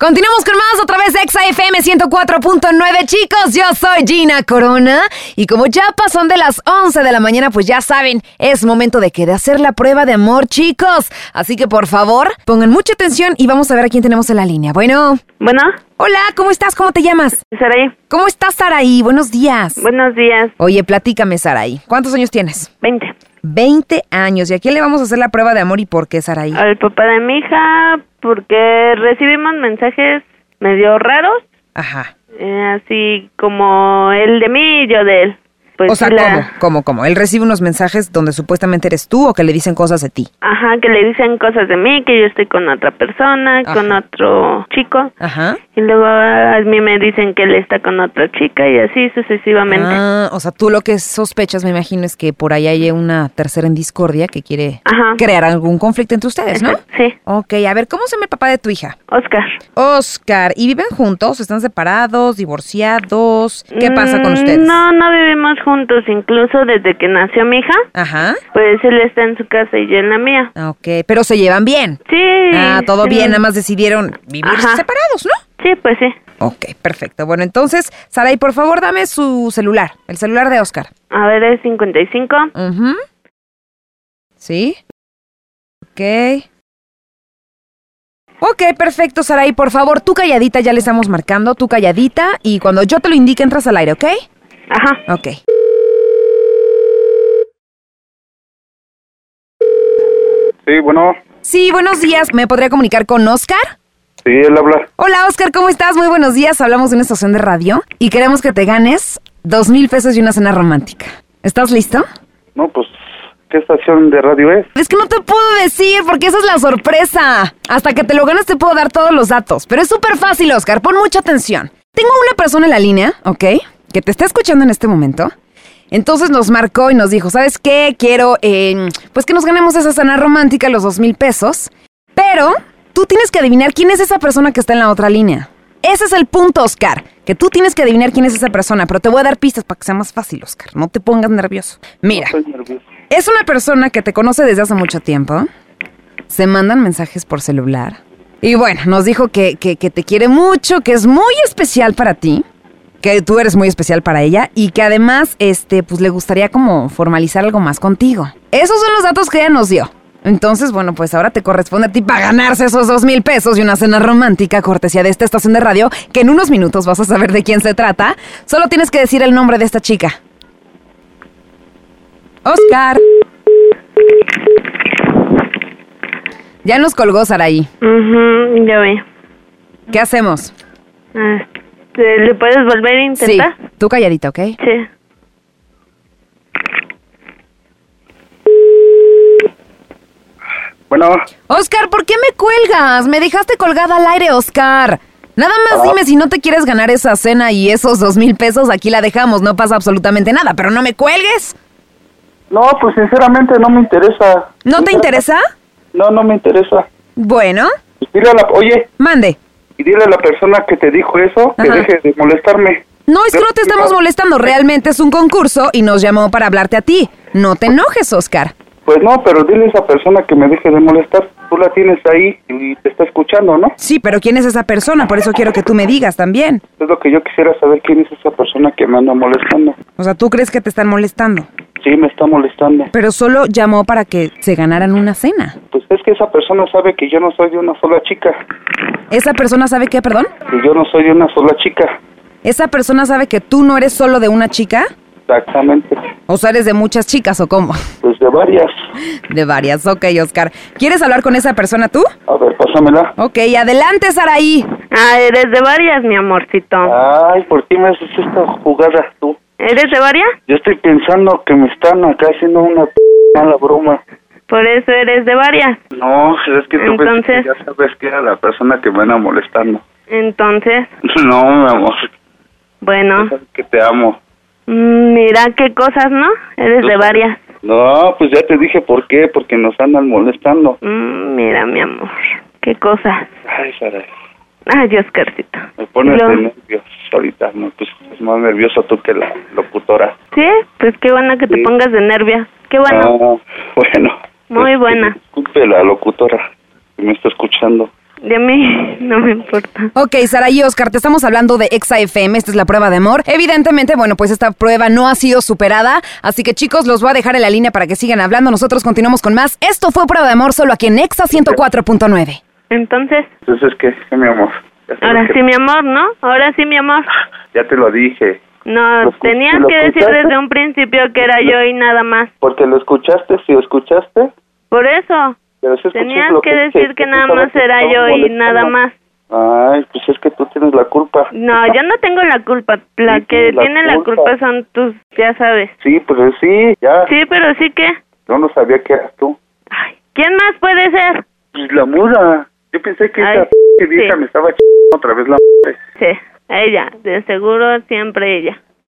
Continuamos con más a través de ExaFM 104.9, chicos. Yo soy Gina Corona. Y como ya pasan de las 11 de la mañana, pues ya saben, es momento de que de hacer la prueba de amor, chicos. Así que por favor, pongan mucha atención y vamos a ver a quién tenemos en la línea. Bueno, Bueno, hola, ¿cómo estás? ¿Cómo te llamas? Saraí, ¿Cómo estás, Saraí? Buenos días. buenos días. Oye, platícame, Saraí. ¿Cuántos años tienes? 20. 20 años. ¿Y a quién le vamos a hacer la prueba de amor y por qué, Saraí? Al papá de mi hija, porque recibimos mensajes medio raros, Ajá. eh, así como el de mí y yo de él. Pues o sea, la- ¿cómo? ¿Cómo? ¿Cómo? Él recibe unos mensajes donde supuestamente eres tú o que le dicen cosas de ti. Ajá, que le dicen cosas de mí, que yo estoy con otra persona, Ajá. con otro chico. Ajá. Y luego a mí me dicen que él está con otra chica y así sucesivamente. Ah, o sea, tú lo que sospechas, me imagino, es que por ahí hay una tercera en discordia que quiere Ajá. crear algún conflicto entre ustedes, ¿no? Exacto, Sí, Ok, a ver, ¿cómo se llama el papá de tu hija? Oscar. Oscar, ¿y viven juntos? ¿Están separados, divorciados? ¿Qué pasa con Mm, ustedes? No, no vivimos juntos, incluso desde que nació mi hija. Ajá. Pues él está en su casa y yo en la mía. Ok, pero se llevan bien. Sí. Ah, todo sí. bien, nada más decidieron vivir Ajá. separados, ¿no? Sí, pues sí. Ok, perfecto. Bueno, entonces, Saray, por favor, dame su celular, el celular de Oscar. A ver, es 55. Ujú. ¿Sí? Ok. Ok, perfecto, Saraí. Por favor, tú calladita, ya le estamos marcando, tú calladita. Y cuando yo te lo indique, entras al aire, ¿ok? Ajá. Ok. Sí, bueno, Sí, buenos días. ¿Me podría comunicar con Oscar? sí, él habla. Hola, Oscar, ¿cómo estás? Muy buenos días. Hablamos de una estación de radio y queremos que te ganes dos mil pesos y una cena romántica. ¿Estás listo? No, pues, ¿qué estación de radio es? Es que no te puedo decir porque esa es la sorpresa. Hasta que te lo ganas te puedo dar todos los datos. Pero es súper fácil, Oscar. Pon mucha atención. Tengo una persona en la línea, ¿ok? Que te está escuchando en este momento. Entonces nos marcó y nos dijo, ¿sabes qué? Quiero, eh, pues que nos ganemos esa cena romántica, los dos mil pesos. Pero tú tienes que adivinar quién es esa persona que está en la otra línea. Ese es el punto, Oscar. Que tú tienes que adivinar quién es esa persona. Pero te voy a dar pistas para que sea más fácil, Oscar. No te pongas nervioso. Mira. Estoy nervioso. Es una persona que te conoce desde hace mucho tiempo. Se mandan mensajes por celular. Y bueno, nos dijo que, que- que te quiere mucho, que es muy especial para ti, que tú eres muy especial para ella y que además, este, pues le gustaría como formalizar algo más contigo. Esos son los datos que ella nos dio. Entonces, bueno, pues ahora te corresponde a ti para ganarse esos dos mil pesos y una cena romántica cortesía de esta estación de radio, que en unos minutos vas a saber de quién se trata. Solo tienes que decir el nombre de esta chica. Oscar. Ya nos colgó Saraí. Ujú, ya vi. ¿Qué hacemos? Este, ¿Le puedes volver a intentar? Sí, tú calladita, ¿ok? Sí. Bueno, Oscar, ¿por qué me cuelgas? Me dejaste colgada al aire, Oscar. Nada más dime si no te quieres ganar esa cena y esos dos mil pesos, aquí la dejamos, no pasa absolutamente nada, pero no me cuelgues. no, pues sinceramente no me interesa. ¿No te interesa? No, no me interesa. Bueno, Pues dile a la, oye, mande. y dile a la persona que te dijo eso que Ajá. deje de molestarme. No, es que no te estamos molestando, realmente es un concurso y nos llamó para hablarte a ti. No te enojes, Oscar. Pues no, pero dile a esa persona que me deje de molestar. Tú la tienes ahí y te está escuchando, ¿no? Sí, pero ¿quién es esa persona? Por eso quiero que tú me digas también. Es lo que yo quisiera saber quién es esa persona que me anda molestando. O sea, ¿tú crees que te están molestando? Sí, me está molestando. Pero solo llamó para que se ganaran una cena. Pues es que esa persona sabe que yo no soy de una sola chica. ¿Esa persona sabe qué, perdón? Que Pues yo no soy de una sola chica. ¿Esa persona sabe que tú no eres solo de una chica? Exactamente. ¿O sea, eres de muchas chicas o cómo? Pues de varias. De varias. Ok, Oscar. ¿Quieres hablar con esa persona tú? A ver, pásamela. Ok, adelante, Saraí. Ah, eres de varias, mi amorcito. Ay, ¿por qué me haces esta jugada tú? ¿Eres de varias? Yo estoy pensando que me están acá haciendo una p- mala broma. Por eso eres de varias. No, es que tú pensé Entonces- que ya sabes que era la persona que me anda molestando. Entonces, No, mi amor, bueno, tú sabes que te amo. mm, mira qué cosas, ¿no? Eres Tú de sabes. varias. No, pues ya te dije por qué, porque nos andan molestando. Mm, mira, mi amor, qué cosas. Ay, Saray, Ay, Oscarcito. me pones Lo- de nervios ahorita, me pusiste más nervioso tú que la locutora. Sí, pues qué bueno que te Sí. pongas de nervia. Qué bueno. Ah, bueno. Muy buena. Disculpe la locutora, que me está escuchando. De mí no me importa. Ok, Sara y Oscar, te estamos hablando de Exa FM, esta es la prueba de amor. Evidentemente, bueno, pues esta prueba no ha sido superada, así que chicos, los voy a dejar en la línea para que sigan hablando. Nosotros continuamos con más. Esto fue prueba de amor solo aquí en Exa 104.9. Entonces, Entonces, ¿qué? ¿Qué, mi amor? Ya sabes ahora que- sí, mi amor, ¿no? Ahora sí, mi amor. Ya te lo dije. No, ¿Lo escu- tenías Pues, lo que decir escuchaste? desde un principio que era yo y nada más. Porque lo escuchaste, si lo escuchaste. Por eso, Pero si tenías que decir que nada más era yo y nada más. Ay, pues es que tú tienes la culpa. No, yo no tengo la culpa. La Sí, que tienes la tiene la culpa. culpa son tus, ya sabes. Sí, pues sí, ya. Sí, pero sí que. Yo no sabía que eras tú. Ay, ¿Quién más puede ser? Pues la muda. Yo pensé que Ay, esa sí. vieja me estaba ch... otra vez la madre. Sí, ella, de seguro siempre ella.